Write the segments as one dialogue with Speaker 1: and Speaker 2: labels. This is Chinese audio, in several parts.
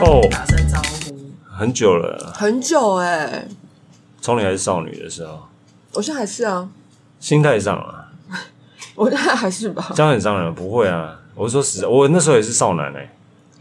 Speaker 1: 哦
Speaker 2: 打声招呼。
Speaker 1: 很久了，
Speaker 2: 很久哎、
Speaker 1: 从你还是少女的时候，
Speaker 2: 我现在还是啊，
Speaker 1: 心态上啊，
Speaker 2: 我现在还 是吧。
Speaker 1: 这样很伤人。不会啊，我是说实在，我那时候也是少男哎、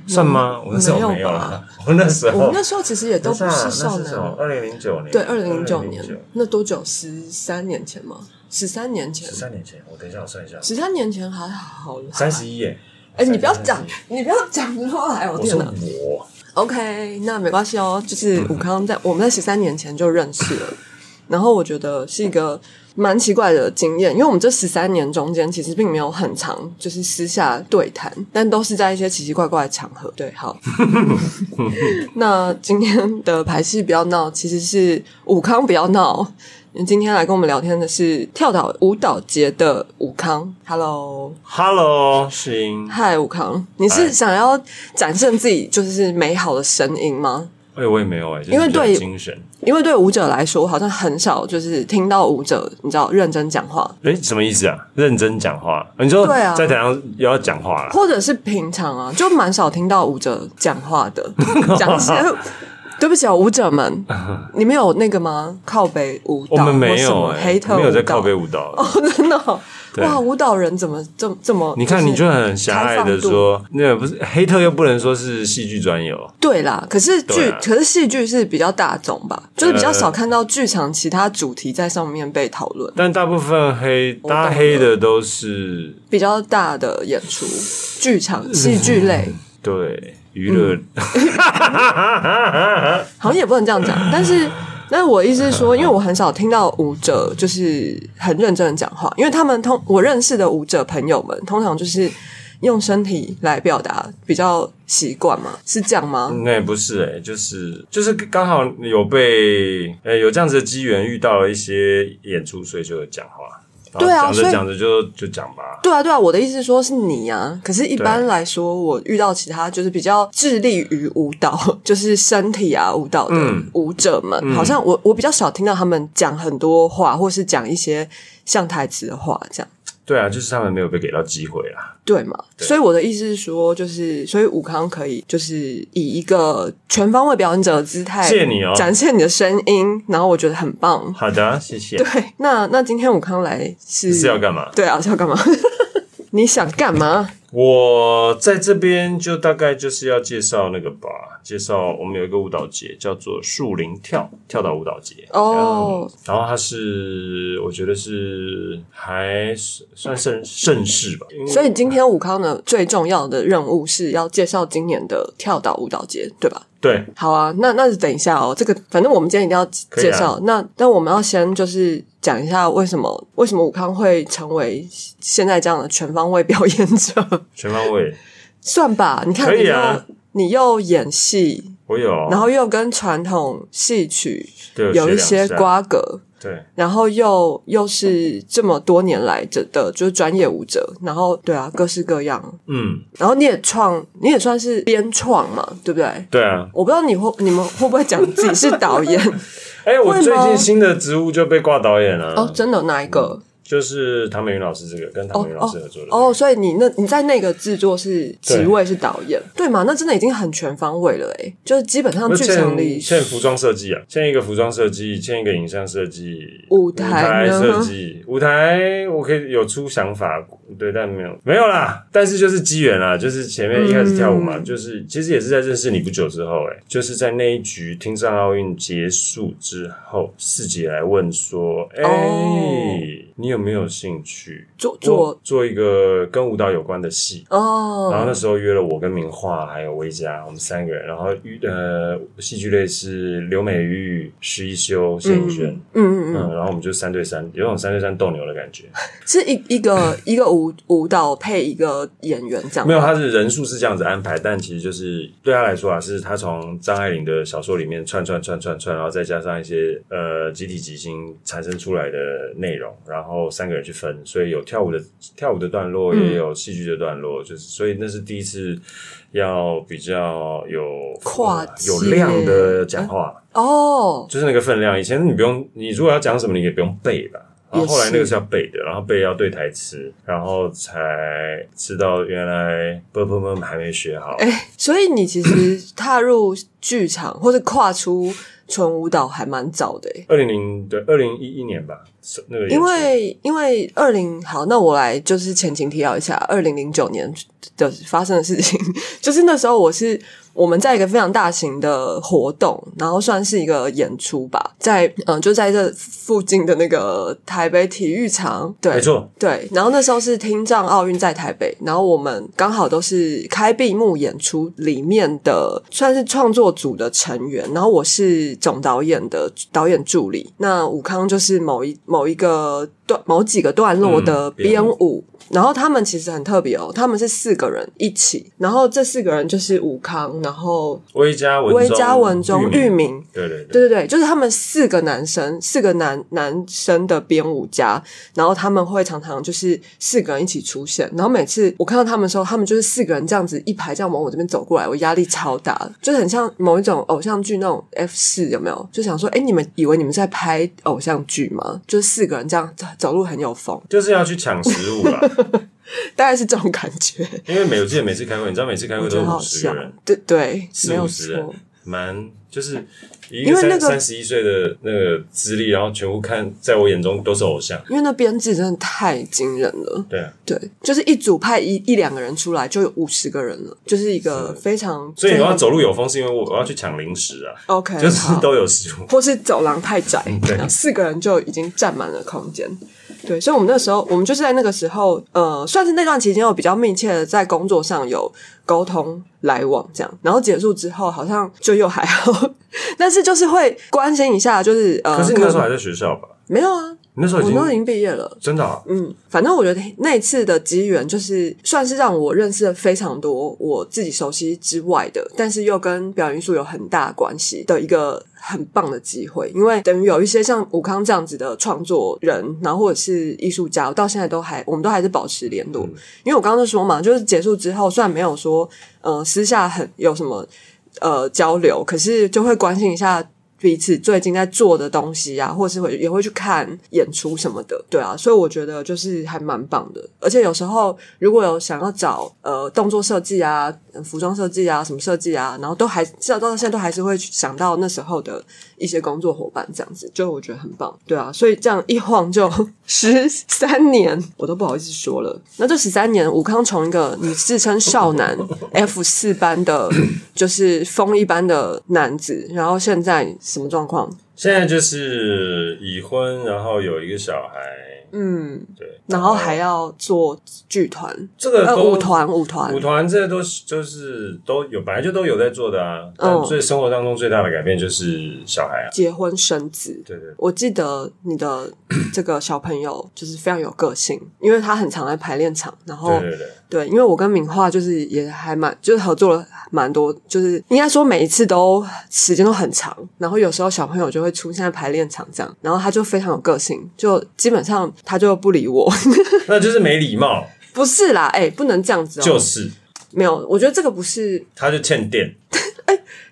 Speaker 1: 算吗？我那时候
Speaker 2: 没有
Speaker 1: 没有
Speaker 2: 吧
Speaker 1: 啦， 我那时
Speaker 2: 我
Speaker 1: 候
Speaker 2: 们那时候其实也都不
Speaker 1: 啊
Speaker 2: 是少男，
Speaker 1: 二零零九年，
Speaker 2: 对，二零零九年
Speaker 1: 2009，
Speaker 2: 那多久？十三年前吗？十三年前
Speaker 1: 十，三年前，我等一下我算一下，
Speaker 2: 十三年前还好啦。
Speaker 1: 三十一耶！
Speaker 2: 啊哎、你不要讲
Speaker 1: 31，
Speaker 2: 你不要讲出来，我啊
Speaker 1: 我
Speaker 2: 天
Speaker 1: 说
Speaker 2: 哪！
Speaker 1: 我
Speaker 2: OK，那没关系哦，就是武康在我们在十三年前就认识了，然后我觉得是一个蛮奇怪的经验，因为我们这十三年中间其实并没有很长，就是私下对谈，但都是在一些奇奇怪怪的场合。对，好， 那今天的排戏不要闹，其实是武康不要闹。今天来跟我们聊天的是跳岛舞蹈节的武康，Hello。
Speaker 1: Hello 世英，
Speaker 2: 嗨，武康，你
Speaker 1: 嗨
Speaker 2: 是想要展现自己就是美好的声音吗？
Speaker 1: 哎，我也没有哎，就是
Speaker 2: 因为
Speaker 1: 比较
Speaker 2: 对
Speaker 1: 精神，
Speaker 2: 因为对舞者来说，我好像很少就是听到舞者你知道认真讲话，
Speaker 1: 哎，什么意思啊？认真讲话，你说
Speaker 2: 对啊
Speaker 1: 在台上又要讲话了，
Speaker 2: 或者是平常啊，就蛮少听到舞者讲话 的，讲一些。对不起啊，舞者们，你们有那个吗？靠北舞蹈
Speaker 1: 我们没有
Speaker 2: 或什么黑
Speaker 1: 哎，
Speaker 2: 特
Speaker 1: 没有在靠背
Speaker 2: 舞
Speaker 1: 舞蹈
Speaker 2: 蹈，。 哦，真的哦、
Speaker 1: 对
Speaker 2: 哇，舞蹈人怎么这么这么？
Speaker 1: 你看，你
Speaker 2: 就
Speaker 1: 就是很狭隘的说，那个不是黑特，又不能说是戏剧专有，
Speaker 2: 对啦，可是剧、
Speaker 1: 对啊
Speaker 2: 可是戏剧是比较大众吧，就是比较
Speaker 1: 呃
Speaker 2: 少看到剧场其他主题在上面被讨论，
Speaker 1: 但大部分黑
Speaker 2: 我懂了
Speaker 1: 搭黑的都是
Speaker 2: 比较大的演出，剧场戏剧类。
Speaker 1: 对娱乐，
Speaker 2: 嗯好像也不能这样讲，但是。那我意思是说，因为我很少听到舞者就是很认真的讲话，因为他们通我认识的舞者朋友们，通常就是用身体来表达比较习惯嘛，是这样吗？
Speaker 1: 那也不是哎、就是就是刚好有被呃、有这样子的机缘遇到了一些演出，所以就有讲话。然后
Speaker 2: 对啊
Speaker 1: 讲
Speaker 2: 所以
Speaker 1: 着讲着就就讲吧。
Speaker 2: 对啊，对啊，我的意思是说是你啊，可是，一般
Speaker 1: 对
Speaker 2: 来说，我遇到其他就是比较致力于舞蹈， 就是身体啊舞蹈的
Speaker 1: 嗯
Speaker 2: 舞者们，好像我我比较少听到他们讲很多话，或是讲一些像台词的话这样。
Speaker 1: 对啊，就是他们没有被给到机会啊啦。
Speaker 2: 对嘛？所以我的意思是说，就是所以武康可以就是以一个全方位表演者的姿态，
Speaker 1: 谢谢你哦
Speaker 2: 展现你的声音，然后我觉得很棒。
Speaker 1: 好的，谢谢。
Speaker 2: 对，那那今天武康来是
Speaker 1: 是要干嘛？
Speaker 2: 对啊，是要干嘛？ 你想干嘛？
Speaker 1: 我在这边就大概就是要介绍那个吧，介绍我们有一个舞蹈节叫做树林跳跳岛舞蹈节
Speaker 2: 哦
Speaker 1: 嗯然后它是我觉得是还是算盛盛世吧，因为
Speaker 2: 所以今天武康的最重要的任务是要介绍今年的跳岛舞蹈节，对吧？
Speaker 1: 对
Speaker 2: 好啊，那那等一下哦，这个反正我们今天一定要
Speaker 1: 可以
Speaker 2: 介
Speaker 1: 啊
Speaker 2: 绍。那但我们要先就是讲一下为什么为什么武康会成为现在这样的全方位表演者，
Speaker 1: 全方位，
Speaker 2: 算吧？你看
Speaker 1: 可
Speaker 2: 你
Speaker 1: 以
Speaker 2: 又、
Speaker 1: 啊哦
Speaker 2: 你又演戏，
Speaker 1: 我有，
Speaker 2: 然后又跟传统戏曲
Speaker 1: 对我
Speaker 2: 有
Speaker 1: 学
Speaker 2: 一
Speaker 1: 两
Speaker 2: 些
Speaker 1: 下
Speaker 2: 瓜葛，
Speaker 1: 对
Speaker 2: 然后又又是这么多年来的的就是专业舞者，然后对啊，各式各样，
Speaker 1: 嗯
Speaker 2: 然后你也创，你也算是编创嘛，对不对？
Speaker 1: 对啊，
Speaker 2: 我不知道你会你们会不会讲自己是导演
Speaker 1: 哎、我
Speaker 2: 会吗
Speaker 1: 最近新的职务就被挂导演了、
Speaker 2: 哦，真的哪一个？
Speaker 1: 就是唐美云老师这个跟唐
Speaker 2: 哦
Speaker 1: 美云老
Speaker 2: 哦
Speaker 1: 师合作的、
Speaker 2: 哦，，所以你那你在那个制作是职位是导演，对嘛？那真的已经很全方位了诶，就是基本上
Speaker 1: 那
Speaker 2: 剧场里
Speaker 1: 欠欠服装设计啊，欠一个服装设计，欠一个影像设计，
Speaker 2: 舞
Speaker 1: 舞
Speaker 2: 台呢
Speaker 1: 设计，舞台我可以有出想法，对，但没有没有啦，但是就是机缘啦，就是前面一开始跳舞
Speaker 2: 嗯
Speaker 1: 嘛，就是其实也是在认识你不久之后、欸，哎，就是在那一局听障奥运结束之后，四姐来问说，哎、
Speaker 2: 哦
Speaker 1: 你有没有兴趣
Speaker 2: 做做
Speaker 1: 做一个跟舞蹈有关的戏？然后
Speaker 2: 哦
Speaker 1: 那时候约了我跟明化还有薇佳，我们三个人，然后遇呃戏剧类是刘美玉、施一修、谢颖轩，
Speaker 2: 嗯嗯
Speaker 1: 嗯
Speaker 2: 嗯，
Speaker 1: 然后我们就三对三，有种三对三斗牛的感觉。
Speaker 2: 是一 一个一个舞舞蹈配一个演员这样
Speaker 1: 没
Speaker 2: 吗，
Speaker 1: 有，他是人数是这样子安排，但其实就是对他来说啊，是他从张爱玲的小说里面串串串串串，然后再加上一些呃集体即兴产生出来的内容，然后三个人去分，所以有跳舞的跳舞的段落，
Speaker 2: 嗯
Speaker 1: 也有戏剧的段落，就是所以那是第一次要比较有
Speaker 2: 跨
Speaker 1: 呃
Speaker 2: 界
Speaker 1: 有量的讲话，
Speaker 2: 哦
Speaker 1: 就是那个分量。以前你不用，你如果要讲什么，你也不用背吧。然后后来那
Speaker 2: 也
Speaker 1: 个
Speaker 2: 是
Speaker 1: 是要背的，然后背要对台词，然后才知道原来 b u r p m 还没学好。
Speaker 2: 哎、所以你其实踏入剧场或者跨出纯舞蹈还蛮早的、欸，
Speaker 1: 二零零对二零一一年吧，是那个演出
Speaker 2: 因为因为二零好，那我来就是前情提要一下，二零零九年的发生的事情， 就是那时候我是我们在一个非常大型的活动，然后算是一个演出吧，在嗯、就在这附近的那个台北体育场，对，
Speaker 1: 没错，
Speaker 2: 对，然后那时候是听障奥运在台北，然后我们刚好都是开闭幕演出里面的算是创作组的成员，然后我是总导演的导演助理，那武康就是某一某一个段某几个段落的
Speaker 1: 嗯编
Speaker 2: 编
Speaker 1: 舞
Speaker 2: 舞。然后他们其实很特别哦，他们是四个人一起，然后这四个人就是武康，然后
Speaker 1: 微加文
Speaker 2: 威嘉、文中、
Speaker 1: 中
Speaker 2: 玉
Speaker 1: 玉米，
Speaker 2: 明，
Speaker 1: 对对对，
Speaker 2: 对对对，就是他们四个男生，四个男男生的编舞家，然后他们会常常就是四个人一起出现，然后每次我看到他们的时候，他们就是四个人这样子一排这样往我这边走过来，我压力超大的，就是很像某一种偶像剧那种 F 四有没有？就想说，哎，你们以为你们是在拍偶像剧吗？就是四个人这样走走路很有风，
Speaker 1: 就是要去抢食物啦。
Speaker 2: 大概是这种感觉，
Speaker 1: 因为每我记得每次开会，你知道每次开
Speaker 2: 我
Speaker 1: 会
Speaker 2: 觉
Speaker 1: 都
Speaker 2: 得
Speaker 1: 五
Speaker 2: 好好
Speaker 1: 十
Speaker 2: 笑
Speaker 1: 个人，，
Speaker 2: 对对，
Speaker 1: 四
Speaker 2: 没有
Speaker 1: 五十人
Speaker 2: 错。
Speaker 1: 蛮就是以一
Speaker 2: 因
Speaker 1: 个
Speaker 2: 为那
Speaker 1: 三
Speaker 2: 个
Speaker 1: 三十一岁的那个资历，然后全部看在我眼中都是偶像。
Speaker 2: 因为那编制真的太惊人了，
Speaker 1: 对啊，
Speaker 2: 对，就是一组派一一两个人出来，就有五十个人了，就是一个
Speaker 1: 是
Speaker 2: 非常
Speaker 1: 所以我要
Speaker 2: 非常
Speaker 1: 走路有风，是因为我我要去抢零食啊，
Speaker 2: 哦 OK，
Speaker 1: 就是
Speaker 2: 好嗯
Speaker 1: 都有食物。
Speaker 2: 或是走廊太窄，
Speaker 1: 对
Speaker 2: 然后四个人就已经占满了空间。对，所以我们那时候，我们就是在那个时候，呃，算是那段期间有比较密切的在工作上有沟通来往这样，然后结束之后好像就又还好， 但是就是会关心一下，就是呃，
Speaker 1: 可是你那时候
Speaker 2: 能
Speaker 1: 还在学校吧？
Speaker 2: 没有啊，
Speaker 1: 你那时候
Speaker 2: 我
Speaker 1: 已经
Speaker 2: 都已经毕业了。
Speaker 1: 真的啊
Speaker 2: 嗯，反正我觉得那一次的机缘，就是算是让我认识了非常多我自己熟悉之外的，但是又跟表演艺术有很大关系的一个很棒的机会。因为等于有一些像武康这样子的创作人，然后或者是艺术家，我到现在都还我们都还是保持联络。因为我刚刚就说嘛，就是结束之后，虽然没有说呃私下很有什么呃交流，可是就会关心一下彼此最近在做的东西啊，或是会也会去看演出什么的，对啊，所以我觉得就是还蛮棒的。而且有时候如果有想要找呃动作设计啊、呃服装设计啊、什么设计啊，然后都还至少到现在都还是会去想到那时候的一些工作伙伴，这样子就我觉得很棒，对啊，所以这样一晃就 十三年，我都不好意思说了。那这十三年，武康从一个你自称少男 F 四班的，就是风一般的男子，然后现在什么状况？
Speaker 1: 现在就是已婚，然后有一个小孩，
Speaker 2: 嗯，
Speaker 1: 对，
Speaker 2: 然后还要做剧团，
Speaker 1: 这个
Speaker 2: 呃，
Speaker 1: 都
Speaker 2: 舞团，舞团
Speaker 1: 舞，团这都是就是都有本来就都有在做的啊，
Speaker 2: 嗯
Speaker 1: 但最生活当中最大的改变就是小孩啊，
Speaker 2: 结婚生子。
Speaker 1: 对对，
Speaker 2: 我记得你的 这个小朋友就是非常有个性，因为他很常来排练场，然后
Speaker 1: 对对对，
Speaker 2: 对，因为我跟敏化就是也还蛮，就是合作了蛮多，就是应该说每一次都时间都很长，然后有时候小朋友就会出现在排练场这样，然后他就非常有个性，就基本上他就不理 我，
Speaker 1: 那就是没礼 貌，
Speaker 2: 不是啦，哎、不能这样子哦、
Speaker 1: 就是
Speaker 2: 没有，我觉得这个不是，
Speaker 1: 他就欠电，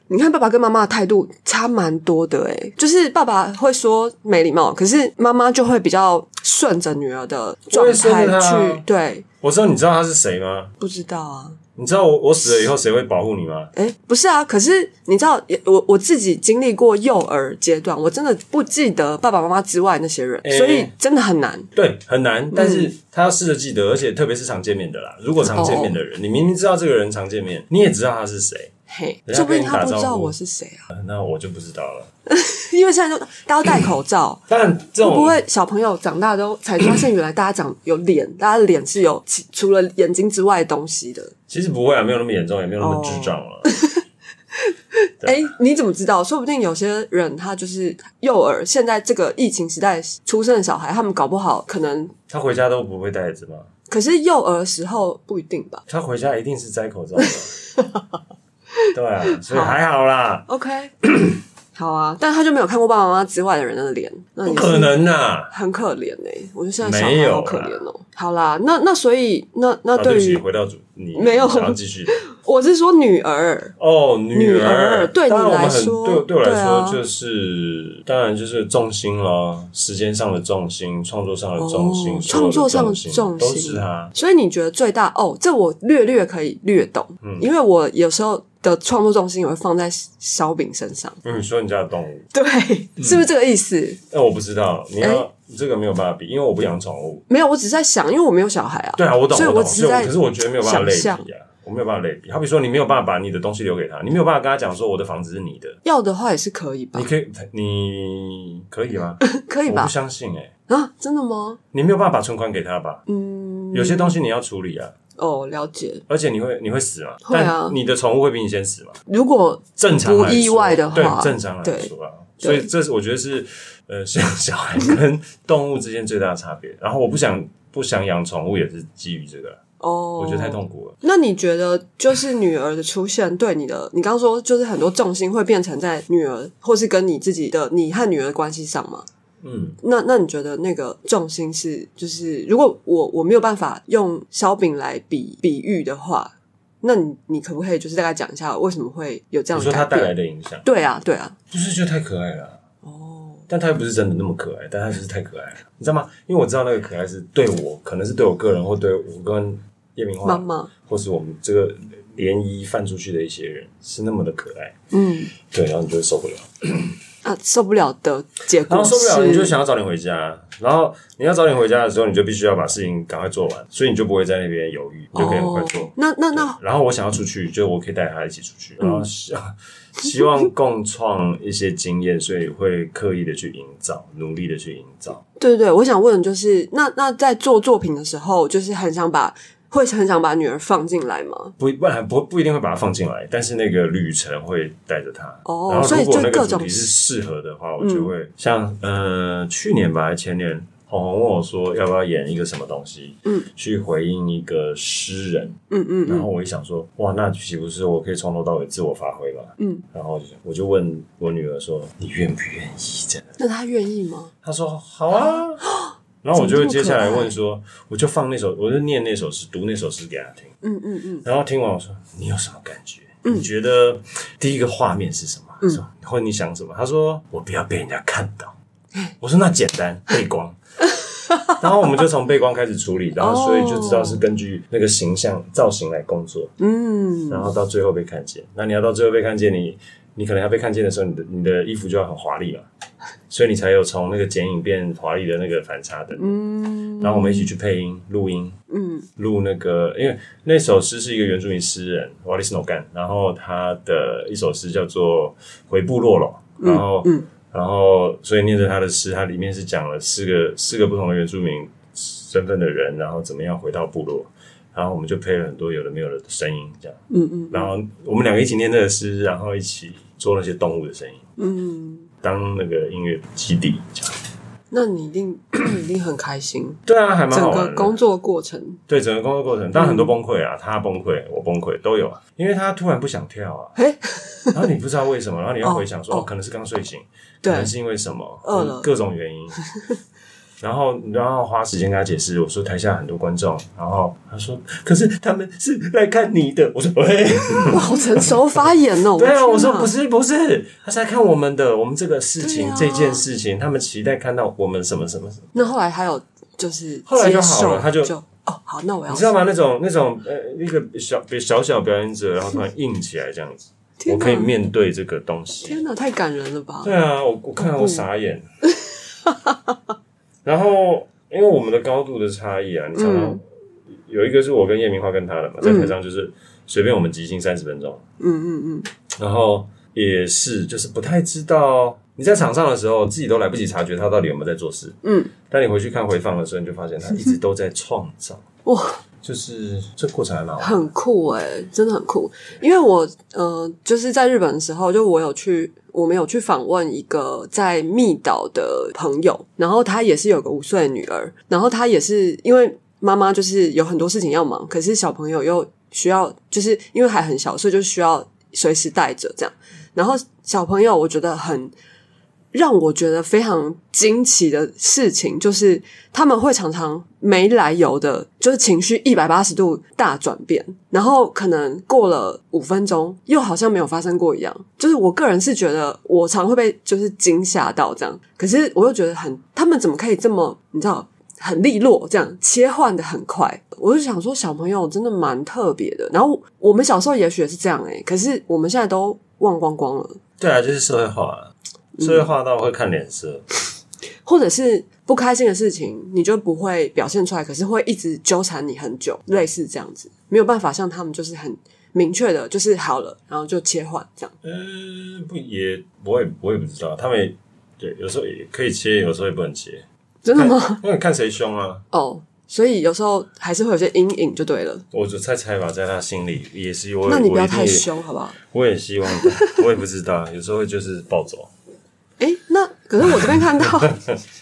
Speaker 2: 你看爸爸跟妈妈的态度差蛮多的、欸，哎，就是爸爸会说没礼貌，可是妈妈就会比较顺着女儿的状
Speaker 1: 我也顺
Speaker 2: 态
Speaker 1: 着她啊
Speaker 2: 去，对，
Speaker 1: 我说你知道他是谁吗？
Speaker 2: 不知道啊，
Speaker 1: 你知道我我死了以后谁会保护你吗？
Speaker 2: 哎，不是啊，可是你知道，也我我自己经历过幼儿阶段，我真的不记得爸爸妈妈之外那些人，
Speaker 1: 诶
Speaker 2: 所以真的很难。
Speaker 1: 对，很难，但是
Speaker 2: 嗯
Speaker 1: 他要试着记得，而且特别是常见面的啦。如果常见面的
Speaker 2: 哦
Speaker 1: 人，你明明知道这个人常见面，你也知道他是谁，
Speaker 2: 嘿，
Speaker 1: 人家
Speaker 2: 说不定
Speaker 1: 跟
Speaker 2: 他
Speaker 1: 你打
Speaker 2: 不知
Speaker 1: 招
Speaker 2: 道
Speaker 1: 呼
Speaker 2: 我是谁啊，
Speaker 1: 呃哎那我就不知道了。，
Speaker 2: 因为现在都大家都戴口罩
Speaker 1: 但这
Speaker 2: 会
Speaker 1: 种
Speaker 2: 不会小朋友长大都才发现原来大家长有脸，大家的脸是有其除了眼睛之外的东西的？
Speaker 1: 其实不会啊，没有那么严重，也没有那么智障啊了。
Speaker 2: 哦
Speaker 1: 对
Speaker 2: 哎，你怎么知道？说不定有些人他就是幼儿，现在这个疫情时代出生的小孩，他们搞不好可能，
Speaker 1: 他回家都不会戴着吗？
Speaker 2: 可是幼儿时候不一定吧
Speaker 1: 他回家一定是摘口罩的。 对啊，所以还好啦，
Speaker 2: OK，好啊，但他就没有看过爸爸妈妈之外的人的脸，那
Speaker 1: 不
Speaker 2: 也
Speaker 1: 可
Speaker 2: 是
Speaker 1: 能呐、
Speaker 2: 很可怜哎、我就现在想
Speaker 1: 没有啦
Speaker 2: 孩好可怜哦、好啦，那那所以那那
Speaker 1: 啊。对不
Speaker 2: 对
Speaker 1: 起，
Speaker 2: 于、
Speaker 1: 回到主，你
Speaker 2: 没有
Speaker 1: 想要继续
Speaker 2: 我是说女儿，
Speaker 1: 哦，女
Speaker 2: 女儿对
Speaker 1: 当然
Speaker 2: 你
Speaker 1: 我们
Speaker 2: 来
Speaker 1: 很
Speaker 2: 说
Speaker 1: 对对我来
Speaker 2: 对
Speaker 1: 说
Speaker 2: 啊
Speaker 1: 就是、当然就是重心咯，时间上的重心，创作上的重心，
Speaker 2: 哦
Speaker 1: 所有
Speaker 2: 创作上的
Speaker 1: 重心
Speaker 2: 重
Speaker 1: 都
Speaker 2: 心
Speaker 1: 是啊他。
Speaker 2: 所以你觉得最大哦，这我略略可以略懂，
Speaker 1: 嗯
Speaker 2: 因为我有时候的创作重心也会放在小饼身上，
Speaker 1: 嗯，你说你家的动物，
Speaker 2: 对， 是不是这个意思？
Speaker 1: 那我不知道，你要、
Speaker 2: 哎
Speaker 1: 这个没有办法比，因为我不养宠物。
Speaker 2: 没有，我只是在想，因为我没有小孩啊，
Speaker 1: 对啊，我懂，
Speaker 2: 所以
Speaker 1: 懂，
Speaker 2: 只
Speaker 1: 所
Speaker 2: 是
Speaker 1: 以我
Speaker 2: 在
Speaker 1: 可是我觉得没有办法类比
Speaker 2: 想象
Speaker 1: 啊，我没有办法类比。好比说，你没有办法把你的东西留给他，你没有办法跟他讲说我的房子是你的，
Speaker 2: 要的话也是可以吧
Speaker 1: 你，可以，你可以吗？
Speaker 2: 可以
Speaker 1: 我不
Speaker 2: 吧？
Speaker 1: 相信哎、欸
Speaker 2: 啊，真的吗？
Speaker 1: 你没有办法把存款给他吧？
Speaker 2: 嗯，
Speaker 1: 有些东西你要处理啊。
Speaker 2: 哦，了解。
Speaker 1: 而且你会你会死嘛？
Speaker 2: 会啊
Speaker 1: 但你的宠物会比你先死嘛？
Speaker 2: 如果
Speaker 1: 正常来说
Speaker 2: 不意外的话
Speaker 1: 对，正常来
Speaker 2: 对
Speaker 1: 说啊。所
Speaker 2: 对
Speaker 1: 以这是我觉得是呃， 小小孩 跟动物之间最大的差别。然后我不想不想养宠物也是基于这个啦，
Speaker 2: 哦，
Speaker 1: 我觉得太痛苦了。
Speaker 2: 那你觉得，就是女儿的出现对你的，你刚刚说就是很多重心会变成在女儿，或是跟你自己的你和女儿的关系上吗？
Speaker 1: 嗯，
Speaker 2: 那那你觉得那个重心是，就是如果我我没有办法用烧饼来比比喻的话，那你你可不可以就是大概讲一下为什么会有这
Speaker 1: 你
Speaker 2: 样的
Speaker 1: 说它
Speaker 2: 改
Speaker 1: 带来
Speaker 2: 变？
Speaker 1: 的影响，
Speaker 2: 对啊，对啊，
Speaker 1: 就是觉得太可爱了啊。
Speaker 2: 哦，
Speaker 1: 但它又不是真的那么可爱，但它就是太可爱了，你知道吗？因为我知道那个可爱是对我，可能是对我个人，或对我跟叶明
Speaker 2: 妈
Speaker 1: 华，
Speaker 2: 妈，
Speaker 1: 或是我们这个涟漪泛出去的一些人，是那么的可爱。
Speaker 2: 嗯
Speaker 1: 对，然后你就会受不了。
Speaker 2: 啊，受不了的结
Speaker 1: 然
Speaker 2: 果
Speaker 1: 后
Speaker 2: 是，
Speaker 1: 受不了，你就想要早点回家。然后你要早点回家的时候，你就必须要把事情赶快做完，所以你就不会在那边犹豫，你就可以很快做。
Speaker 2: 哦、那那嗯那
Speaker 1: 然后我想要出去，就我可以带他一起出去，然后希希望共创一些经验，所以会刻意的去营造，努力的去营造。
Speaker 2: 对对对，我想问，就是那那在做作品的时候，就是很想把会很想把女儿放进来吗？
Speaker 1: 不不然不不一定会把它放进来，但是那个旅程会带着它。
Speaker 2: 哦
Speaker 1: 然后
Speaker 2: 所以
Speaker 1: 如果
Speaker 2: 就
Speaker 1: 那个
Speaker 2: 各
Speaker 1: 主
Speaker 2: 种嗯
Speaker 1: 题是适合的话，我就会、像呃去年吧，还前年红红问我说要不要演一个什么东西，
Speaker 2: 嗯，
Speaker 1: 去回应一个诗人，
Speaker 2: 嗯嗯
Speaker 1: 然
Speaker 2: 嗯
Speaker 1: 后我一想说，哇，那岂不是我可以从头到尾自我发挥吧？
Speaker 2: 嗯，
Speaker 1: 然后我就我就问我女儿说，你愿不愿意？这样，
Speaker 2: 那她愿意吗？
Speaker 1: 她说好啊。然后我就会
Speaker 2: 怎么哦这
Speaker 1: 接
Speaker 2: 么可
Speaker 1: 下来
Speaker 2: 爱
Speaker 1: 问说，我就放那首，我就念那首诗，读那首诗给她听。
Speaker 2: 嗯嗯嗯，
Speaker 1: 然后听完我说：“你有什么感觉？你觉得第一个画面是什么？”他说：“或者你想什么？”他说：“我不要被人家看到。”我说：“那简单，背光。”然后我们就从背光开始处理，然后所以就知道是根据那个形象造型来工作，
Speaker 2: 嗯，
Speaker 1: 然后到最后被看见。那你要到最后被看见，你你可能要被看见的时候，你的你的衣服就要很华丽了，所以你才有从那个剪影变华丽的那个反差的。
Speaker 2: 嗯
Speaker 1: 然后我们一起去配音、录音，
Speaker 2: 嗯
Speaker 1: 录那个，因为那首诗是一个原住民诗人 Wally Snowgan，然后他的一首诗叫做《回部落了》，然后，
Speaker 2: 嗯
Speaker 1: 然后所以念着他的诗，它里面是讲了四个四个不同的原住民身份的人，然后怎么样回到部落，然后我们就配了很多有的没有的声音这样，
Speaker 2: 嗯嗯
Speaker 1: 然后我们两个一起念这个诗，然后一起做那些动物的声音，
Speaker 2: 嗯，
Speaker 1: 当那个音乐基底这样。
Speaker 2: 那你一定 你一定很开心，
Speaker 1: 对啊，还蛮好
Speaker 2: 整
Speaker 1: 玩
Speaker 2: 个
Speaker 1: 的。
Speaker 2: 工作过程，
Speaker 1: 对整个工作过程，当然很多崩溃啊，他崩溃，我崩溃都有啊，因为他突然不想跳啊，
Speaker 2: 哎，
Speaker 1: 然后你不知道为什么，然后你要回想说，
Speaker 2: 哦
Speaker 1: 哦，可能是刚睡醒，哦可
Speaker 2: 对
Speaker 1: 能是因为什么，
Speaker 2: 饿了
Speaker 1: 各种原因。然后，然后花时间跟他解释，我说台下很多观众，然后他说，可是他们是来看你的，我说，喂、
Speaker 2: 哇，好成熟发言 哦，
Speaker 1: 对啊，
Speaker 2: 天
Speaker 1: 我说
Speaker 2: 哪
Speaker 1: 不，是不是，他是来看我们的，我们这个事情、
Speaker 2: 对啊
Speaker 1: 这件事情，他们期待看到我们什么什么什么。
Speaker 2: 那后来还有就是
Speaker 1: 后来就
Speaker 2: 接
Speaker 1: 好
Speaker 2: 受
Speaker 1: 了他就
Speaker 2: 哦好，那我要
Speaker 1: 你知道吗？那种那种呃，一个小小小表演者，然后突然硬起来这样子，
Speaker 2: 天
Speaker 1: 我
Speaker 2: 哪
Speaker 1: 可以面对这个东西。
Speaker 2: 天哪，太感人了吧？
Speaker 1: 对啊，我我看到我傻眼。 然后，因为我们的高度的差异啊，你常常
Speaker 2: 嗯
Speaker 1: 有一个是我跟叶明花跟他的嘛，在台上就是随便我们即兴三十分钟，
Speaker 2: 嗯嗯嗯，
Speaker 1: 然后也是就是不太知道你在场上的时候，自己都来不及察觉他到底有没有在做事。
Speaker 2: 嗯，
Speaker 1: 当你回去看回放的时候，你就发现他一直都在创造。
Speaker 2: 哇，
Speaker 1: 就是这过程还蛮好玩的。
Speaker 2: 很酷哎、真的很酷。因为我呃，就是在日本的时候，就我有去，我们有去访问一个在密岛的朋友，然后他也是有个五岁的女儿，然后他也是因为妈妈就是有很多事情要忙，可是小朋友又需要，就是因为还很小，所以就需要随时带着这样。然后小朋友我觉得很让我觉得非常惊奇的事情，就是他们会常常没来由的，就是情绪一百八十度大转变，然后可能过了五分钟，又好像没有发生过一样。就是我个人是觉得，我常会被就是惊吓到这样，可是我又觉得很，他们怎么可以这么，你知道？很利落，这样切换的很快。我就想说，小朋友真的蛮特别的。然后我们小时候也许也是这样诶、欸可是我们现在都忘光光了，
Speaker 1: 对啊，就是社会化啊，社会化到会看脸色。
Speaker 2: 或者是不开心的事情，你就不会表现出来，可是会一直纠缠你很久，类似这样子，没有办法像他们就是很明确的，就是好了，然后就切换这样。
Speaker 1: 嗯，不也，我也我也不知道，他们也对，有时候也可以切，有时候也不能切，
Speaker 2: 真的吗？
Speaker 1: 那你看谁凶啊？
Speaker 2: 哦，所以有时候还是会有些阴影就对了。
Speaker 1: 我就猜猜吧，在他心里也是我，
Speaker 2: 那你不
Speaker 1: 我
Speaker 2: 要
Speaker 1: 一定
Speaker 2: 太
Speaker 1: 也，
Speaker 2: 凶，好不好？
Speaker 1: 我也希望他，我也不知道，有时候就是暴走。
Speaker 2: 诶，那可是我这边看到，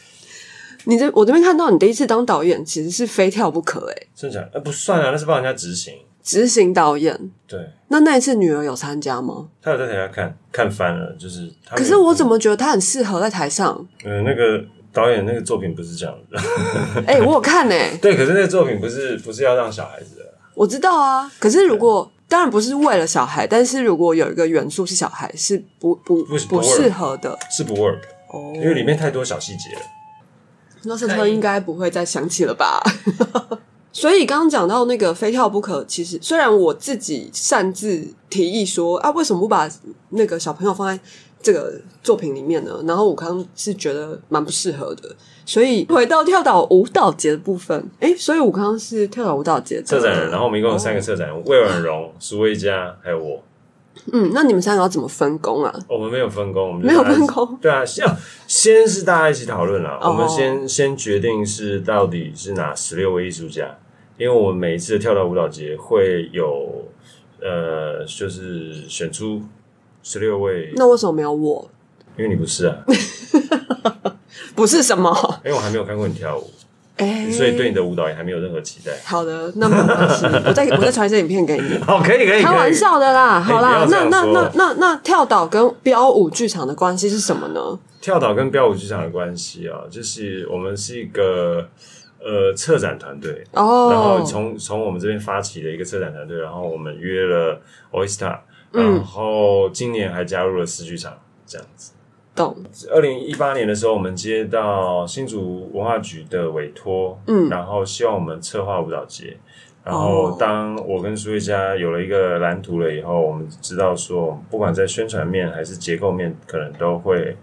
Speaker 2: 你这我这边看到你第一次当导演其实是非跳不可诶、
Speaker 1: 真假？哎、不算啊，那是帮人家执行。
Speaker 2: 执行导演。
Speaker 1: 对，
Speaker 2: 那那一次女儿有参加吗？
Speaker 1: 他有在台下看看翻了，就是他
Speaker 2: 可
Speaker 1: 们。
Speaker 2: 是我怎么觉得她很适合在台上？
Speaker 1: 呃，那个导演那个作品不是这样的，
Speaker 2: 哎、我有看哎、
Speaker 1: 对，可是那个作品不是不是要让小孩子的，
Speaker 2: 我知道啊。可是如果当然不是为了小孩，但是如果有一个元素是小孩，是不不
Speaker 1: 不是
Speaker 2: 不
Speaker 1: 不 work
Speaker 2: 适合的
Speaker 1: 是不 work，
Speaker 2: 哦。
Speaker 1: 因为里面太多小细节了。
Speaker 2: 那森特应该不会再想起了吧？ 所以刚刚讲到那个非跳不可，其实虽然我自己擅自提议说啊，为什么不把那个小朋友放在这个作品里面呢？然后我刚刚是觉得蛮不适合的，所以回到跳岛舞蹈节的部分，诶，所以我刚刚是跳岛舞蹈节
Speaker 1: 策展人，然后我们一共有
Speaker 2: 哦
Speaker 1: 三个策展人：魏婉荣、苏薇佳，还有我。
Speaker 2: 嗯，那你们三个要怎么分工啊？
Speaker 1: 我们没有分工，我们就
Speaker 2: 没有
Speaker 1: 大家
Speaker 2: 分工
Speaker 1: 对啊，先先是大家一起讨论啦。
Speaker 2: 哦
Speaker 1: 我们先先决定是到底是哪十六位艺术家，因为我们每一次的跳到舞蹈节会有呃，就是选出十六位，
Speaker 2: 那为什么没有我？
Speaker 1: 因为你不是啊，
Speaker 2: 不是什么？
Speaker 1: 因为我还没有看过你跳舞，
Speaker 2: 哎、
Speaker 1: 所以对你的舞蹈也还没有任何期待。
Speaker 2: 好的，那没关系，我再我再传一些影片给你。
Speaker 1: 好，可以可以，可以
Speaker 2: 开玩，笑的啦，好啦
Speaker 1: 哎，不要这
Speaker 2: 那
Speaker 1: 样
Speaker 2: 那
Speaker 1: 说
Speaker 2: 那那那跳岛跟标舞剧场的关系是什么呢？
Speaker 1: 跳岛跟标舞剧场的关系啊，就是我们是一个呃策展团队，然后
Speaker 2: 哦，
Speaker 1: 从从我们这边发起的一个策展团队，然后我们约了 Oyster，
Speaker 2: 嗯
Speaker 1: 然后今年还加入了四剧场这样子。
Speaker 2: 懂，
Speaker 1: 二零一八年的时候，我们接到新竹文化局的委托，
Speaker 2: 嗯
Speaker 1: 然后希望我们策划舞蹈节。然
Speaker 2: 哦
Speaker 1: 后，当我跟苏慧佳有了一个蓝图了以后，我们知道说，不管在宣传面还是结构面，可能都会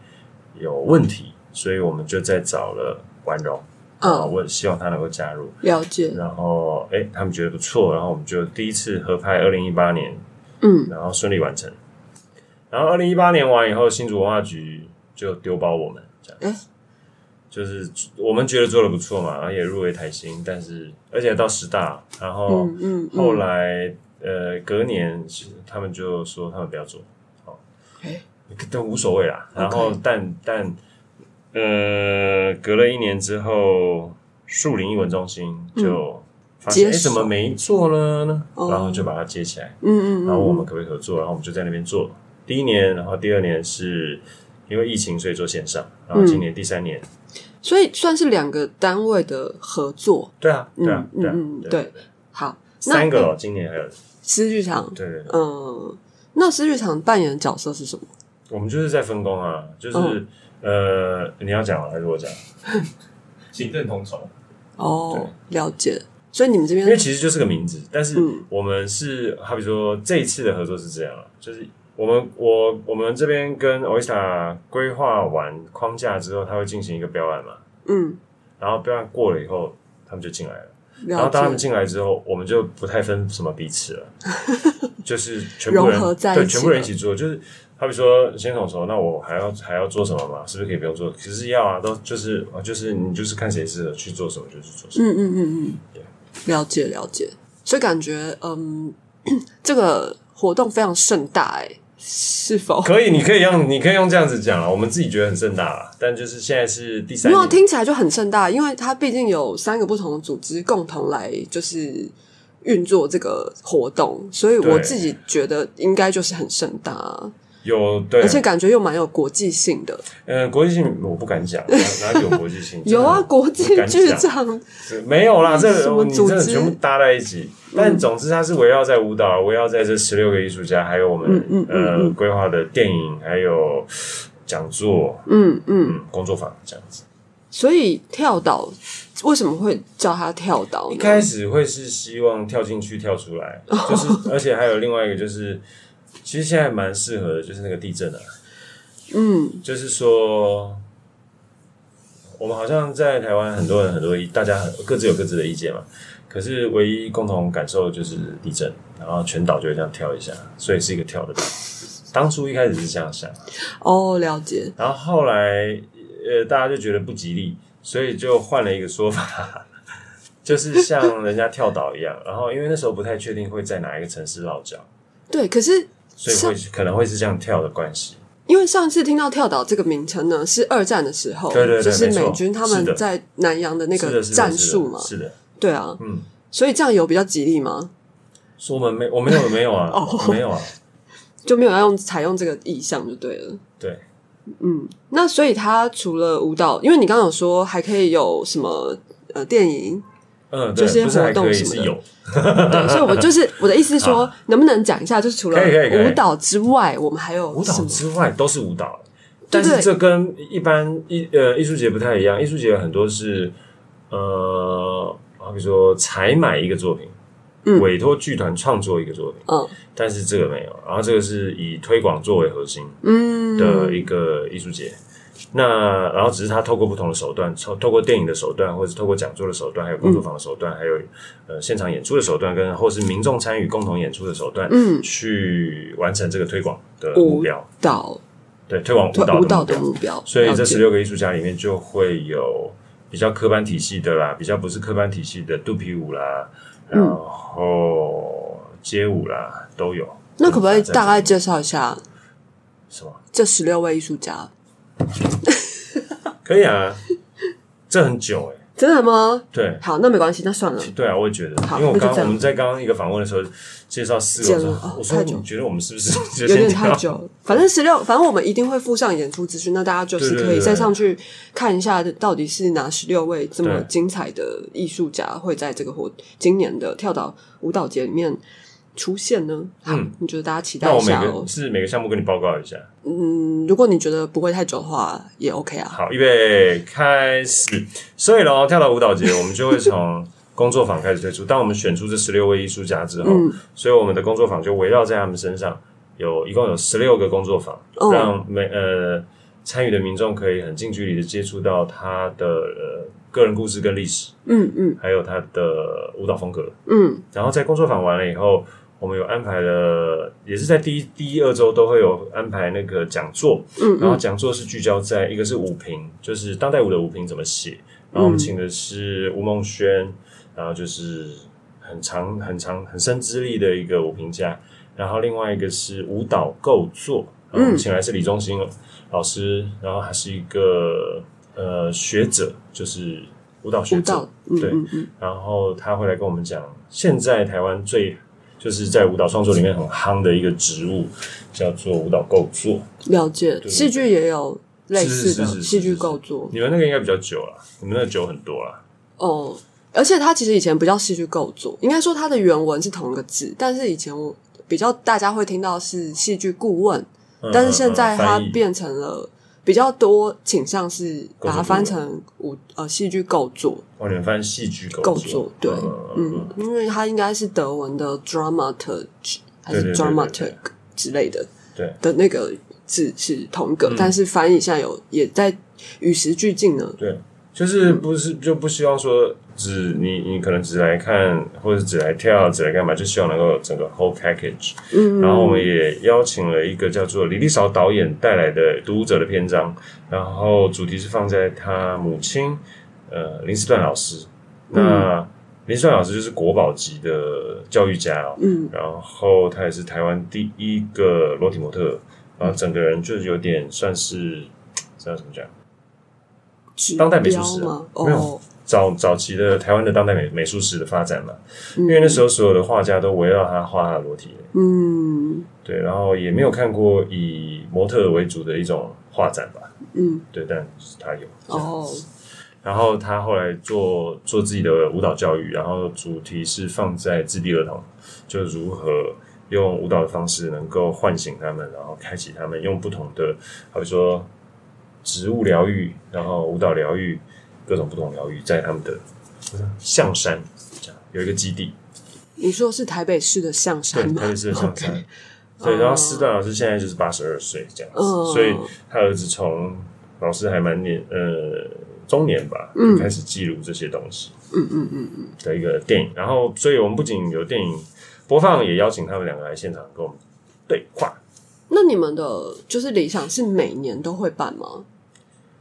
Speaker 1: 有问题，所以我们就在找了婉容，啊，
Speaker 2: 嗯，
Speaker 1: 我希望她能够加入。
Speaker 2: 了解，
Speaker 1: 然后哎，诶他们觉得不错，然后我们就第一次合拍二零一八年，
Speaker 2: 嗯，
Speaker 1: 然后顺利完成。然后二零一八年完以后，新竹文化局就丢包我们，这样
Speaker 2: 哎，
Speaker 1: 就是我们觉得做的不错嘛，然后也入围台新，但是而且到十大，然后
Speaker 2: 嗯嗯，嗯
Speaker 1: 后，来、呃隔年是他们就说他们不要做，哦
Speaker 2: 哎，
Speaker 1: 都无所谓啦。然后
Speaker 2: OK
Speaker 1: 但但呃隔了一年之后，树林艺文中心就发现
Speaker 2: 嗯接
Speaker 1: 哎、诶怎么
Speaker 2: 手
Speaker 1: 没做了呢？
Speaker 2: 哦
Speaker 1: 然后就把它接起来，
Speaker 2: 嗯嗯，嗯
Speaker 1: 然后我们可不可以合作？然后我们就在那边做。第一年，然后第二年是因为疫情，所以做线上。然
Speaker 2: 嗯
Speaker 1: 后今年第三年，
Speaker 2: 所以算是两个单位的合作，
Speaker 1: 对啊，对啊
Speaker 2: 嗯，
Speaker 1: 对啊
Speaker 2: 嗯嗯，
Speaker 1: 对啊，
Speaker 2: 对，好，那
Speaker 1: 三个哦，今年还有，
Speaker 2: 诗剧场，
Speaker 1: 对对对。
Speaker 2: 嗯，那诗剧场扮演的角色是什么？
Speaker 1: 我们就是在分工啊，就是、
Speaker 2: 嗯
Speaker 1: 呃，你要讲吗还是我讲？
Speaker 3: 行政统筹，
Speaker 2: 哦，了解，所以你们这
Speaker 1: 因为
Speaker 2: 边，
Speaker 1: 其实就是个名字，但是
Speaker 2: 嗯
Speaker 1: 我们是好比说这一次的合作是这样啊，就是我们我我们这边跟 Oyster 规划完框架之后，他会进行一个标案嘛，
Speaker 2: 嗯，
Speaker 1: 然后标案过了以后，他们就进来了。然后
Speaker 2: 了
Speaker 1: 当他们
Speaker 2: 解，
Speaker 1: 进来之后，我们就不太分什么彼此 了，就是全部人
Speaker 2: 融合在一起
Speaker 1: 对
Speaker 2: 了
Speaker 1: 全部人一起做，就是好比说先统筹，那我还要还要做什么嘛？是不是可以不用做？其实要啊，都就是啊就是你就是看谁适合去做什么就去做什么。
Speaker 2: 嗯嗯嗯嗯，了解了解，所以感觉嗯，这个活动非常盛大哎、是否？
Speaker 1: 可以，你可以用你可以用这样子讲了，啊我们自己觉得很盛大啦，但就是现在是第
Speaker 2: 没
Speaker 1: 三
Speaker 2: 有啊
Speaker 1: 年，
Speaker 2: 听起来就很盛大，因为它毕竟有三个不同的组织共同来就是运作这个活动，所以我
Speaker 1: 对
Speaker 2: 自己觉得应该就是很盛大啊。
Speaker 1: 有对，
Speaker 2: 而且感觉又蛮有国际性的。
Speaker 1: 呃，国际性我不敢讲，哪哪里有国际性？
Speaker 2: 有啊，
Speaker 1: 真的
Speaker 2: 国际剧
Speaker 1: 不敢
Speaker 2: 场，
Speaker 1: 是没有啦，这
Speaker 2: 什
Speaker 1: 个
Speaker 2: 么
Speaker 1: 你
Speaker 2: 组
Speaker 1: 真的
Speaker 2: 织嗯
Speaker 1: 全部搭在一起。但总之，它是围绕在舞蹈，围绕在这十六个艺术家，还有我们
Speaker 2: 嗯嗯嗯
Speaker 1: 呃
Speaker 2: 嗯
Speaker 1: 规划的电影，还有讲座、
Speaker 2: 嗯嗯，
Speaker 1: 嗯工作坊这样子。
Speaker 2: 所以跳岛为什么会叫它跳岛
Speaker 1: 一
Speaker 2: 呢？
Speaker 1: 开始会是希望跳进去、跳出来，就是而且还有另外一个就是，其实现在蛮适合的，就是那个地震啊，
Speaker 2: 嗯
Speaker 1: 就是说，我们好像在台湾很多人很多意，大家很各自有各自的意见嘛。可是唯一共同感受就是地震，然后全岛就会这样跳一下，所以是一个跳的岛。当初一开始是这样想，
Speaker 2: 哦，了解。
Speaker 1: 然后后来呃大家就觉得不吉利，所以就换了一个说法， 就是像人家跳岛一样。然后因为那时候不太确定会在哪一个城市落脚，
Speaker 2: 对，可是
Speaker 1: 所以会可能会是这样跳的关系。
Speaker 2: 因为上次听到跳岛这个名称呢，是二战的时候，
Speaker 1: 对对对
Speaker 2: 就是
Speaker 1: 没错
Speaker 2: 美军他
Speaker 1: 是
Speaker 2: 们
Speaker 1: 的
Speaker 2: 在南洋的那
Speaker 1: 是的
Speaker 2: 个
Speaker 1: 是的是
Speaker 2: 战
Speaker 1: 的
Speaker 2: 术嘛，
Speaker 1: 是的，
Speaker 2: 对啊，
Speaker 1: 嗯。
Speaker 2: 所以这样有比较吉利吗？
Speaker 1: 说我们没，我没有，没有啊，
Speaker 2: 哦
Speaker 1: 没有啊，
Speaker 2: 就没有要用采用这个意向就对了。
Speaker 1: 对，
Speaker 2: 嗯，那所以他除了舞蹈，因为你刚刚有说还可以有什么呃电影，
Speaker 1: 嗯，
Speaker 2: 就
Speaker 1: 对，
Speaker 2: 是些
Speaker 1: 不是还
Speaker 2: 活动
Speaker 1: 可以
Speaker 2: 什么
Speaker 1: 是
Speaker 2: 的
Speaker 1: 有，
Speaker 2: 对，所以我就是我的意思是说，能不能讲一下，就是除了
Speaker 1: 啊可以可以可以
Speaker 2: 舞蹈之外，我们还有
Speaker 1: 舞
Speaker 2: 什
Speaker 1: 蹈
Speaker 2: 么？
Speaker 1: 之外都是舞蹈，
Speaker 2: 对
Speaker 1: 但
Speaker 2: 对
Speaker 1: 是这跟一般艺呃艺术节不太一样，艺术节有很多是呃，好比说采买一个作品，
Speaker 2: 嗯
Speaker 1: 委托剧团创作一个作品，
Speaker 2: 嗯
Speaker 1: 但是这个没有，然后这个是以推广作为核心
Speaker 2: 嗯，
Speaker 1: 的一个艺术节。那然后只是他透过不同的手段，透透过电影的手段，或者是透过讲座的手段，还有
Speaker 2: 嗯
Speaker 1: 工作坊的手段，还有呃现场演出的手段，跟或是民众参与共同演出的手段，
Speaker 2: 嗯哦
Speaker 1: 去完成这个推广的目标，
Speaker 2: 蹈
Speaker 1: 对推广舞蹈的
Speaker 2: 舞
Speaker 1: 目
Speaker 2: 蹈
Speaker 1: 标。
Speaker 2: 的目标，
Speaker 1: 所以这
Speaker 2: 了解
Speaker 1: 十六个艺术家里面就会有比较科班体系的啦，比较不是科班体系的肚皮舞啦，
Speaker 2: 嗯
Speaker 1: 然后街舞啦都有。
Speaker 2: 那可不可以大概
Speaker 1: 在这里
Speaker 2: 介绍一下
Speaker 1: 什么？
Speaker 2: 这十六位艺术家？
Speaker 1: 可以啊，这很久哎、
Speaker 2: 真的吗？
Speaker 1: 对。
Speaker 2: 好，那没关系，那算了。
Speaker 1: 对啊，我也觉得，
Speaker 2: 好
Speaker 1: 因为我
Speaker 2: 那就
Speaker 1: 刚
Speaker 2: 这样
Speaker 1: 我们在刚刚一个访问的时候介绍四个，
Speaker 2: 见
Speaker 1: 我
Speaker 2: 了
Speaker 1: 说
Speaker 2: 哦
Speaker 1: 我说
Speaker 2: 太久
Speaker 1: 你觉得我们是不是 就
Speaker 2: 有
Speaker 1: 先
Speaker 2: 点太
Speaker 1: 跳
Speaker 2: 久了，反正十六，反正我们一定会附上演出资讯，那大家就是
Speaker 1: 对对
Speaker 2: 可以
Speaker 1: 对
Speaker 2: 再上去看一下，到底是哪十六位这么
Speaker 1: 对
Speaker 2: 精彩的艺术家会在这个活今年的跳岛舞蹈节里面出现呢？好
Speaker 1: 嗯，
Speaker 2: 你觉得大家期
Speaker 1: 那
Speaker 2: 待一
Speaker 1: 我每
Speaker 2: 下
Speaker 1: 个
Speaker 2: 哦。
Speaker 1: 是每个项目跟你报告一下。
Speaker 2: 嗯，如果你觉得不会太久的话，也 OK 啊。
Speaker 1: 好，预备开始。所以咯，跳到舞蹈节，我们就会从工作坊开始推出。当我们选出这十六位艺术家之后，
Speaker 2: 嗯
Speaker 1: 所以我们的工作坊就围绕在他们身上，有一共有十六个工作坊，
Speaker 2: 哦
Speaker 1: 让每呃参与的民众可以很近距离的接触到他的呃个人故事跟历史，
Speaker 2: 嗯嗯
Speaker 1: 还有他的舞蹈风格。
Speaker 2: 嗯
Speaker 1: 然后在工作坊完了以后，我们有安排了，也是在第一第一二周都会有安排那个讲座，
Speaker 2: 嗯
Speaker 1: 然后讲座是聚焦在一个是舞评，就是当代舞的舞评怎么写，然
Speaker 2: 嗯
Speaker 1: 后我们请的是吴梦轩，然后就是很长很长很深资历的一个舞评家，然后另外一个是舞蹈构作，然
Speaker 2: 嗯
Speaker 1: 后我们请来是李忠兴老师，然后他是一个呃学者，就是舞蹈学
Speaker 2: 舞
Speaker 1: 者
Speaker 2: 蹈，，嗯
Speaker 1: 对
Speaker 2: 嗯嗯，
Speaker 1: 然后他会来跟我们讲，现在台湾最就是在舞蹈创作里面很夯的一个职务，叫做舞蹈构作。
Speaker 2: 了解。
Speaker 1: 对
Speaker 2: 戏剧也有类
Speaker 1: 是
Speaker 2: 似
Speaker 1: 是是
Speaker 2: 的
Speaker 1: 是
Speaker 2: 戏
Speaker 1: 是
Speaker 2: 剧
Speaker 1: 是
Speaker 2: 构作
Speaker 1: 你们那个应该比较久了，你们那个久很多了。
Speaker 2: 哦，而且它其实以前不叫戏剧构作，应该说它的原文是同一个字，但是以前我比较大家会听到是戏剧顾问，
Speaker 1: 嗯
Speaker 2: 但是现
Speaker 1: 嗯
Speaker 2: 在
Speaker 1: 嗯
Speaker 2: 它
Speaker 1: 翻译
Speaker 2: 变成了比较多倾向是把
Speaker 1: 构作顾
Speaker 2: 它
Speaker 1: 问
Speaker 2: 翻成舞呃戏剧构作
Speaker 1: 哦，你们翻戏剧构
Speaker 2: 构作，对，嗯
Speaker 1: 嗯，，
Speaker 2: 因为它应该是德文的 dramaturg 还
Speaker 1: 对
Speaker 2: 是
Speaker 1: 对对
Speaker 2: dramatic 之类的，
Speaker 1: 对
Speaker 2: 的那个字是同一个，
Speaker 1: 嗯
Speaker 2: 但是翻译现在有也在与时俱进呢，
Speaker 1: 对，就是不是就不希望说只你你可能只来看，或者只来跳，只来干嘛，就希望能够有整个 whole package。
Speaker 2: 嗯，
Speaker 1: 然后我们也邀请了一个叫做李丽韶导演带来的《读者》的篇章，然后主题是放在他母亲呃林斯段老师。
Speaker 2: 嗯
Speaker 1: 那林斯段老师就是国宝级的教育家哦，
Speaker 2: 嗯
Speaker 1: 然后他也是台湾第一个裸体模特，然后整个人就是有点算是知道怎么讲，
Speaker 2: 指
Speaker 1: 当代美术
Speaker 2: 标
Speaker 1: 史啊
Speaker 2: 吗？
Speaker 1: 没有
Speaker 2: 哦，
Speaker 1: 早早期的台湾的当代美美术史的发展嘛，因为那时候所有的画家都围绕他画他的裸体，
Speaker 2: 嗯
Speaker 1: 对，然后也没有看过以模特为主的一种画展吧，
Speaker 2: 嗯，
Speaker 1: 对，但是他有这样
Speaker 2: 哦，
Speaker 1: 然后他后来做做自己的舞蹈教育，然后主题是放在自闭儿童，就如何用舞蹈的方式能够唤醒他们，然后开启他们，用不同的，好比说植物疗愈，然后舞蹈疗愈，各种不同疗愈，在他们的象山这样有一个基地，
Speaker 2: 你说是台北市的象
Speaker 1: 对，
Speaker 2: 山吗
Speaker 1: 他就是象
Speaker 2: OK
Speaker 1: 山。对，然后师大老师现在就是八十二岁这样子，
Speaker 2: 嗯
Speaker 1: 所以他儿子从老师还蛮年呃中年吧，
Speaker 2: 嗯
Speaker 1: 就开始记录这些东西。
Speaker 2: 嗯嗯嗯嗯，
Speaker 1: 的一个电影。然后，所以我们不仅有电影播放，也邀请他们两个来现场跟我们对话。
Speaker 2: 那你们的就是理想是每年都会办吗？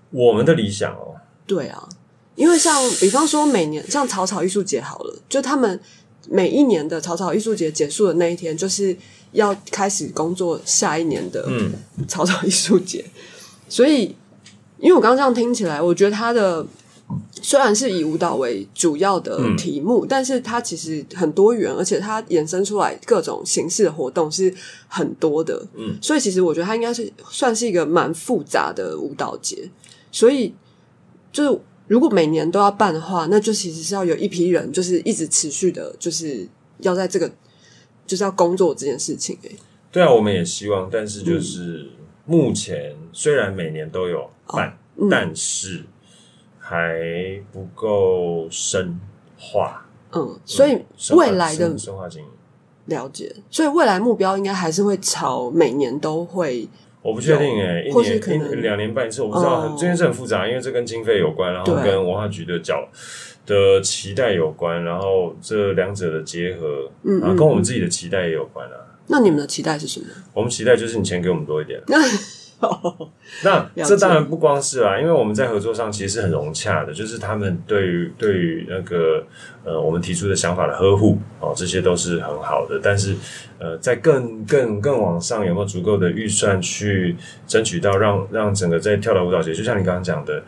Speaker 1: 我们的理想哦，
Speaker 2: 对啊，因为像比方说每年像草草艺术节好了，就他们每一年的草草艺术节结束的那一天，就是要开始工作下一年的
Speaker 1: 嗯，
Speaker 2: 草草艺术节。所以，因为我刚刚这样听起来，我觉得他的虽然是以舞蹈为主要的
Speaker 1: 嗯
Speaker 2: 题目，但是它其实很多元，而且它衍生出来各种形式的活动是很多的。
Speaker 1: 嗯，
Speaker 2: 所以其实我觉得它应该是算是一个蛮复杂的舞蹈节。所以，就是如果每年都要办的话，那就其实是要有一批人，就是一直持续的，就是要在这个。就是要工作这件事情、欸，
Speaker 1: 对啊，我们也希望，但是
Speaker 2: 嗯
Speaker 1: 就是目前虽然每年都有办，
Speaker 2: 嗯
Speaker 1: 但是还不够深化。
Speaker 2: 嗯，所以
Speaker 1: 嗯深化
Speaker 2: 未来的
Speaker 1: 深深化经营，
Speaker 2: 了解，所以未来目标应该还是会朝每年都会，
Speaker 1: 我不确定哎、一
Speaker 2: 或是
Speaker 1: 年
Speaker 2: 可
Speaker 1: 一
Speaker 2: 能
Speaker 1: 两年办一次，我不知道，
Speaker 2: 哦
Speaker 1: 这件事很复杂，因为这跟经费有关，然后
Speaker 2: 对
Speaker 1: 跟文化局的角的期待有关，然后这两者的结合，
Speaker 2: 嗯
Speaker 1: 然后
Speaker 2: 嗯
Speaker 1: 跟我们自己的期待也有关啊。
Speaker 2: 那你们的期待是什 么？
Speaker 1: 我们期待就是你钱给我们多一点，啊
Speaker 2: 那
Speaker 1: 那
Speaker 2: 了解
Speaker 1: 这当然不光是啊啦、因为我们在合作上其实是很融洽的，就是他们对于对于那个呃我们提出的想法的呵护哦，这些都是很好的。但是呃，在更更更往上有没有足够的预算去争取到让让整个在跳岛舞蹈节，就像你刚刚讲的，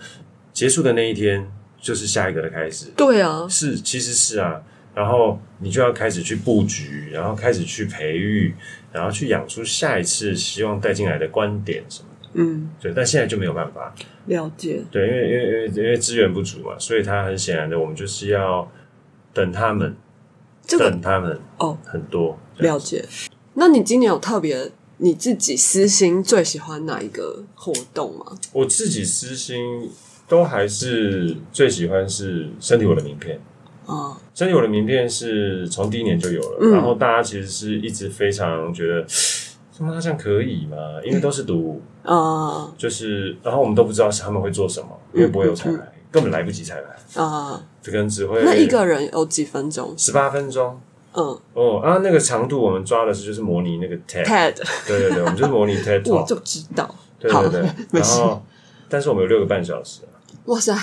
Speaker 1: 结束的那一天就是下一个的开始，
Speaker 2: 对啊，
Speaker 1: 是，其实是啊。然后你就要开始去布局，然后开始去培育，然后去养出下一次希望带进来的观点什么的。
Speaker 2: 嗯，
Speaker 1: 对，但现在就没有办法。
Speaker 2: 了解，
Speaker 1: 对，因为因为因为因为资源不足嘛，所以他很显然的，我们就是要等他们，
Speaker 2: 这个
Speaker 1: 等他们
Speaker 2: 哦，
Speaker 1: 很多。这样
Speaker 2: 了解。那你今年有特别你自己私心最喜欢哪一个活动吗？
Speaker 1: 我自己私心都还是最喜欢是身体我的名片。
Speaker 2: 啊，
Speaker 1: 真有的名片是从第一年就有了，
Speaker 2: 嗯
Speaker 1: 然后大家其实是一直非常觉得，他妈这样可以吗？因为都是读，
Speaker 2: 啊
Speaker 1: 就是然后我们都不知道他们会做什么，因
Speaker 2: 嗯
Speaker 1: 为不会有彩排，根本来不及彩排，
Speaker 2: 啊！
Speaker 1: 这个人只会
Speaker 2: 那一个人有几分钟？
Speaker 1: 十八分钟
Speaker 2: 嗯
Speaker 1: 哦，啊，那个长度我们抓的是就是模拟那个 TED，
Speaker 2: ，TED，
Speaker 1: 对对对，我们就是模拟 TED，
Speaker 2: 我
Speaker 1: Talk，
Speaker 2: 就知道。
Speaker 1: 对
Speaker 2: 好
Speaker 1: 对对，
Speaker 2: 没
Speaker 1: 然
Speaker 2: 事
Speaker 1: 后但是我们有六个半小时啊，
Speaker 2: 哇塞，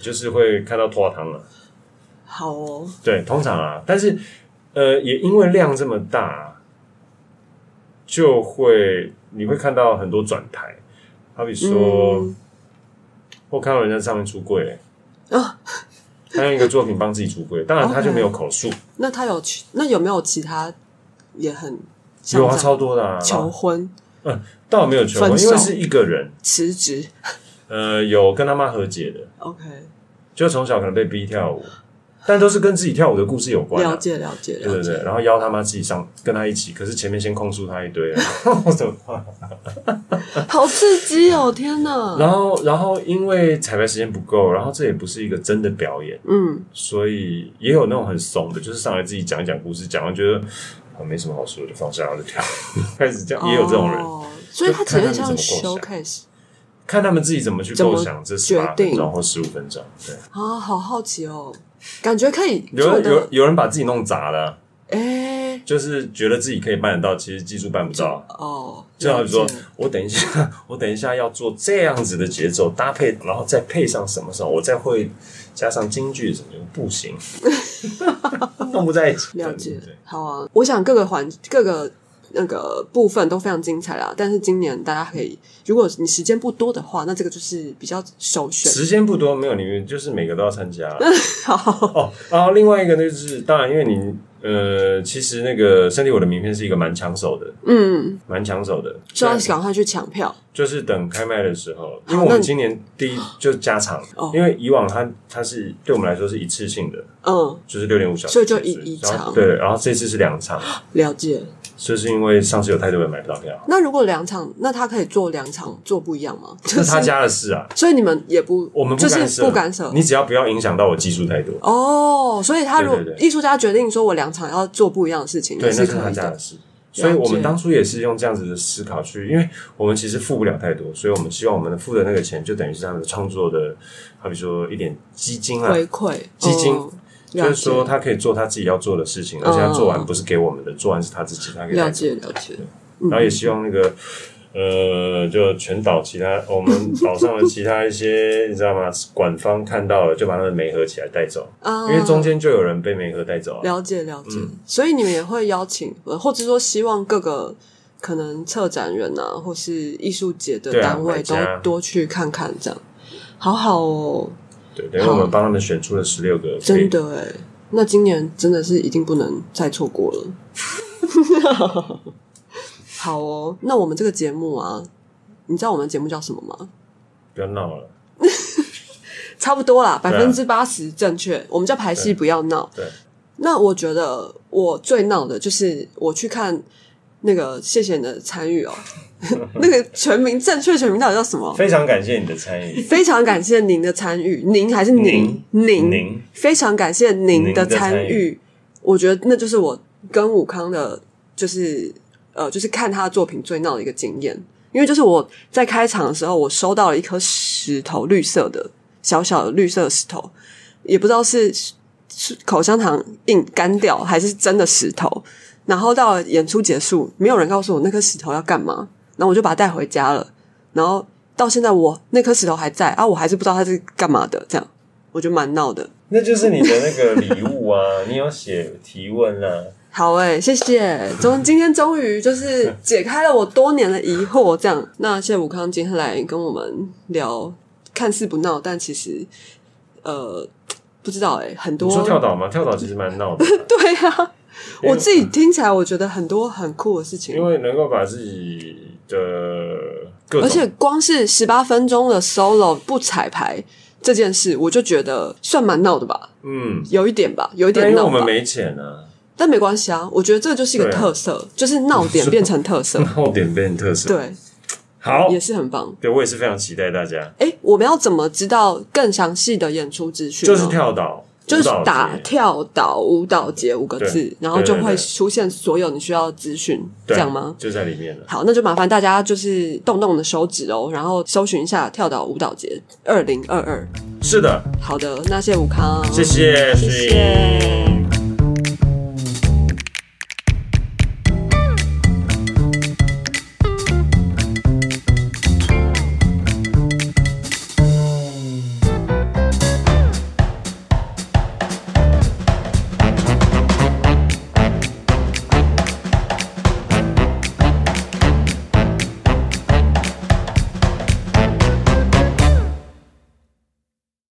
Speaker 1: 就是会看到拖堂了。
Speaker 2: 好哦，
Speaker 1: 对，通常啊，但是呃，也因为量这么大，就会你会看到很多转台，好比说，
Speaker 2: 嗯
Speaker 1: 我看到人在上面出柜、
Speaker 2: 啊，
Speaker 1: 他用一个作品帮自己出柜，当然他就没有口述
Speaker 2: 那他有去？那有没有其他也很
Speaker 1: 有啊，
Speaker 2: 像这
Speaker 1: 超
Speaker 2: 样
Speaker 1: 多的、啊，
Speaker 2: 嗯求婚、
Speaker 1: 倒没有求婚，
Speaker 2: 分
Speaker 1: 因
Speaker 2: 手
Speaker 1: 为是一个人，
Speaker 2: 辞职
Speaker 1: 呃，有跟他妈和解的，
Speaker 2: ？OK，
Speaker 1: 就从小可能被逼跳舞，但都是跟自己跳舞的故事有关、啊
Speaker 2: 了。解了解
Speaker 1: 对
Speaker 2: 了
Speaker 1: 对
Speaker 2: 解。
Speaker 1: 对，然后邀他妈自己上跟他一起，可是前面先控诉他一堆，啊 然后怎么办？
Speaker 2: 好刺激哦！天哪，
Speaker 1: 然后，然后因为彩排时间不够，然后这也不是一个真的表演，
Speaker 2: 嗯，
Speaker 1: 所以也有那种很怂的，就是上来自己讲一讲故事，讲完觉得啊没什么好说，就放下，然后就跳， 开始这样，也有这种人，
Speaker 2: 哦，所以它其实很像
Speaker 1: 就看他们怎么构
Speaker 2: showcase
Speaker 1: 看他们自己怎么去构想这十
Speaker 2: 怎么
Speaker 1: 八
Speaker 2: 决定
Speaker 1: 分钟或十五分钟。对，
Speaker 2: 啊，好好奇哦，感觉可以
Speaker 1: 有
Speaker 2: 做
Speaker 1: 人有
Speaker 2: 的，
Speaker 1: 有人把自己弄砸了，
Speaker 2: 哎，
Speaker 1: 就是觉得自己可以办得到，其实技术办不到。
Speaker 2: 哦，
Speaker 1: 就好
Speaker 2: 了
Speaker 1: 比
Speaker 2: 解
Speaker 1: 说，我等一下， 我等一下要做这样子的节奏搭配，然后再配上什么什么，我再会加上京剧什么，不 行，弄不在一起。
Speaker 2: 了解
Speaker 1: 对对，
Speaker 2: 好啊，我想各个环各个。那个部分都非常精彩啦，但是今年大家可以，如果你时间不多的话，那这个就是比较首
Speaker 1: 对
Speaker 2: 选。
Speaker 1: 时间不多，没有你们就是每个都要参加。
Speaker 2: 好，
Speaker 1: 哦，然后另外一个呢就是，当然因为你呃，其实那个身体我的名片是一个蛮抢手的，
Speaker 2: 嗯，
Speaker 1: 蛮抢手的，
Speaker 2: 就要赶快去抢票。
Speaker 1: 就是等开卖的时候，
Speaker 2: 好
Speaker 1: 因为我
Speaker 2: 那
Speaker 1: 们
Speaker 2: 你
Speaker 1: 今年第一就加场
Speaker 2: 哦，
Speaker 1: 因为以往它它是对我们来说是一次性的，
Speaker 2: 嗯，
Speaker 1: 就是六点五小时，
Speaker 2: 所以就一一
Speaker 1: 然后
Speaker 2: 场
Speaker 1: 对，然后这次是两场，
Speaker 2: 了解。
Speaker 1: 就是因为上次有太多人买不到票，
Speaker 2: 那如果两场，那他可以做两场，做不一样吗？ 就
Speaker 1: 这
Speaker 2: 是
Speaker 1: 是他家的事啊，
Speaker 2: 所以你们也不，
Speaker 1: 我们不
Speaker 2: 就
Speaker 1: 干
Speaker 2: 是
Speaker 1: 涉，
Speaker 2: 不干涉。
Speaker 1: 你只要不要影响到我技术太多，
Speaker 2: 哦，所以他如果
Speaker 1: 对对对
Speaker 2: 艺术家决定说我两场要做不一样的事情，
Speaker 1: 对，
Speaker 2: 也
Speaker 1: 那是
Speaker 2: 可
Speaker 1: 他
Speaker 2: 以
Speaker 1: 家
Speaker 2: 的
Speaker 1: 的。事。所以我
Speaker 2: 了解
Speaker 1: 们当初也是用这样子的思考去，因为我们其实付不了太多，所以我们希望我们付的那个钱就等于是他们的创作的，好比说一点基金啊，
Speaker 2: 回馈
Speaker 1: 基金
Speaker 2: 嗯
Speaker 1: 就
Speaker 2: 了
Speaker 1: 是
Speaker 2: 解哦
Speaker 1: 说他可以做他自己要做的事情，而且他做完不是给我们的，做完是他自己，他可以带
Speaker 2: 了
Speaker 1: 走。
Speaker 2: 解了解，
Speaker 1: 然后也希望那个呃，就全岛其他我们岛上的其他一些，你知道吗？管方看到了就把他们媒合起来带走，
Speaker 2: 啊
Speaker 1: 因为中间就有人被媒合带走啊。
Speaker 2: 了解了解
Speaker 1: 嗯，
Speaker 2: 所以你们也会邀请，呃或者说希望各个可能策展人啊，或是艺术节的
Speaker 1: 对啊
Speaker 2: 单位
Speaker 1: 买
Speaker 2: 都
Speaker 1: 家
Speaker 2: 多去看看，这样好好哦，
Speaker 1: 对，等于我们帮他们选出了十六个，
Speaker 2: 真的哎。那今年真的是一定不能再错 过了。好哦，那我们这个节目啊，你知道我们节目叫什么吗？
Speaker 1: 不要闹了。
Speaker 2: 差不多啦，百
Speaker 1: 对
Speaker 2: 分
Speaker 1: 啊
Speaker 2: 之八十正确。我们叫排戏，不要闹。
Speaker 1: 对，
Speaker 2: 那我觉得我最闹的就是我去看那个谢谢你的参与哦， 那个全名正确全名到底叫什么？
Speaker 1: 非常感谢你的参与，
Speaker 2: 非常感谢您的参与，您还是您您
Speaker 1: 您
Speaker 2: 非常感谢您
Speaker 1: 您的
Speaker 2: 的参
Speaker 1: 参
Speaker 2: 与
Speaker 1: 与。
Speaker 2: 我觉得那就是我跟武康的，就是呃，就是看他的作品最闹的一个经验。因为就是我在开场的时候，我收到了一颗石头，绿色的小小的绿色石头，也不知道是是口香糖硬干掉还是真的石头。然后到了演出结束，没有人告诉我那颗石头要干嘛，然后我就把它带回家了。然后到现在我那颗石头还在啊，我还是不知道它是干嘛的，这样我觉得蛮闹的。
Speaker 1: 那就是你的那个礼物啊，你有写提问啊，
Speaker 2: 好诶、谢谢。终今天终于就是解开了我多年的疑惑，这样。那谢谢武康今天来跟我们聊，看似不闹，但其实呃不知道诶、哎很多
Speaker 1: 你说跳岛吗？跳岛其实蛮闹的啊、
Speaker 2: 对啊，
Speaker 1: 因为
Speaker 2: 我自己听起来我觉得很多很酷的事情
Speaker 1: 因，为嗯能够把自己的各种，
Speaker 2: 而且光是十八分钟的 solo 不彩排这件事，我就觉得算蛮闹的吧，
Speaker 1: 嗯，
Speaker 2: 有一点吧，有一
Speaker 1: 但
Speaker 2: 点
Speaker 1: 因为
Speaker 2: 闹
Speaker 1: 我们
Speaker 2: 吧。
Speaker 1: 没钱啊，
Speaker 2: 但没关系啊，我觉得这就是一个
Speaker 1: 对啊，
Speaker 2: 特色，就是闹点变成特色
Speaker 1: 后点变特色，
Speaker 2: 对，
Speaker 1: 好
Speaker 2: 也，是很棒。
Speaker 1: 对我也是非常期待大家，
Speaker 2: 哎，我们要怎么知道更详细的演出资讯呢？
Speaker 1: 就是跳岛，
Speaker 2: 就是
Speaker 1: 舞蹈节
Speaker 2: 打“跳岛舞蹈节”五个字
Speaker 1: 对，
Speaker 2: 然后就
Speaker 1: 对对
Speaker 2: 会
Speaker 1: 对
Speaker 2: 出现所有你需要的资讯，这
Speaker 1: 对
Speaker 2: 样吗？
Speaker 1: 就在里面了。
Speaker 2: 好，那就麻烦大家就是动动你的手指哦，然后搜寻一下跳岛舞蹈节二零二二。
Speaker 1: 是的，
Speaker 2: 好的，那谢谢武康，
Speaker 1: 谢谢，
Speaker 2: 谢谢。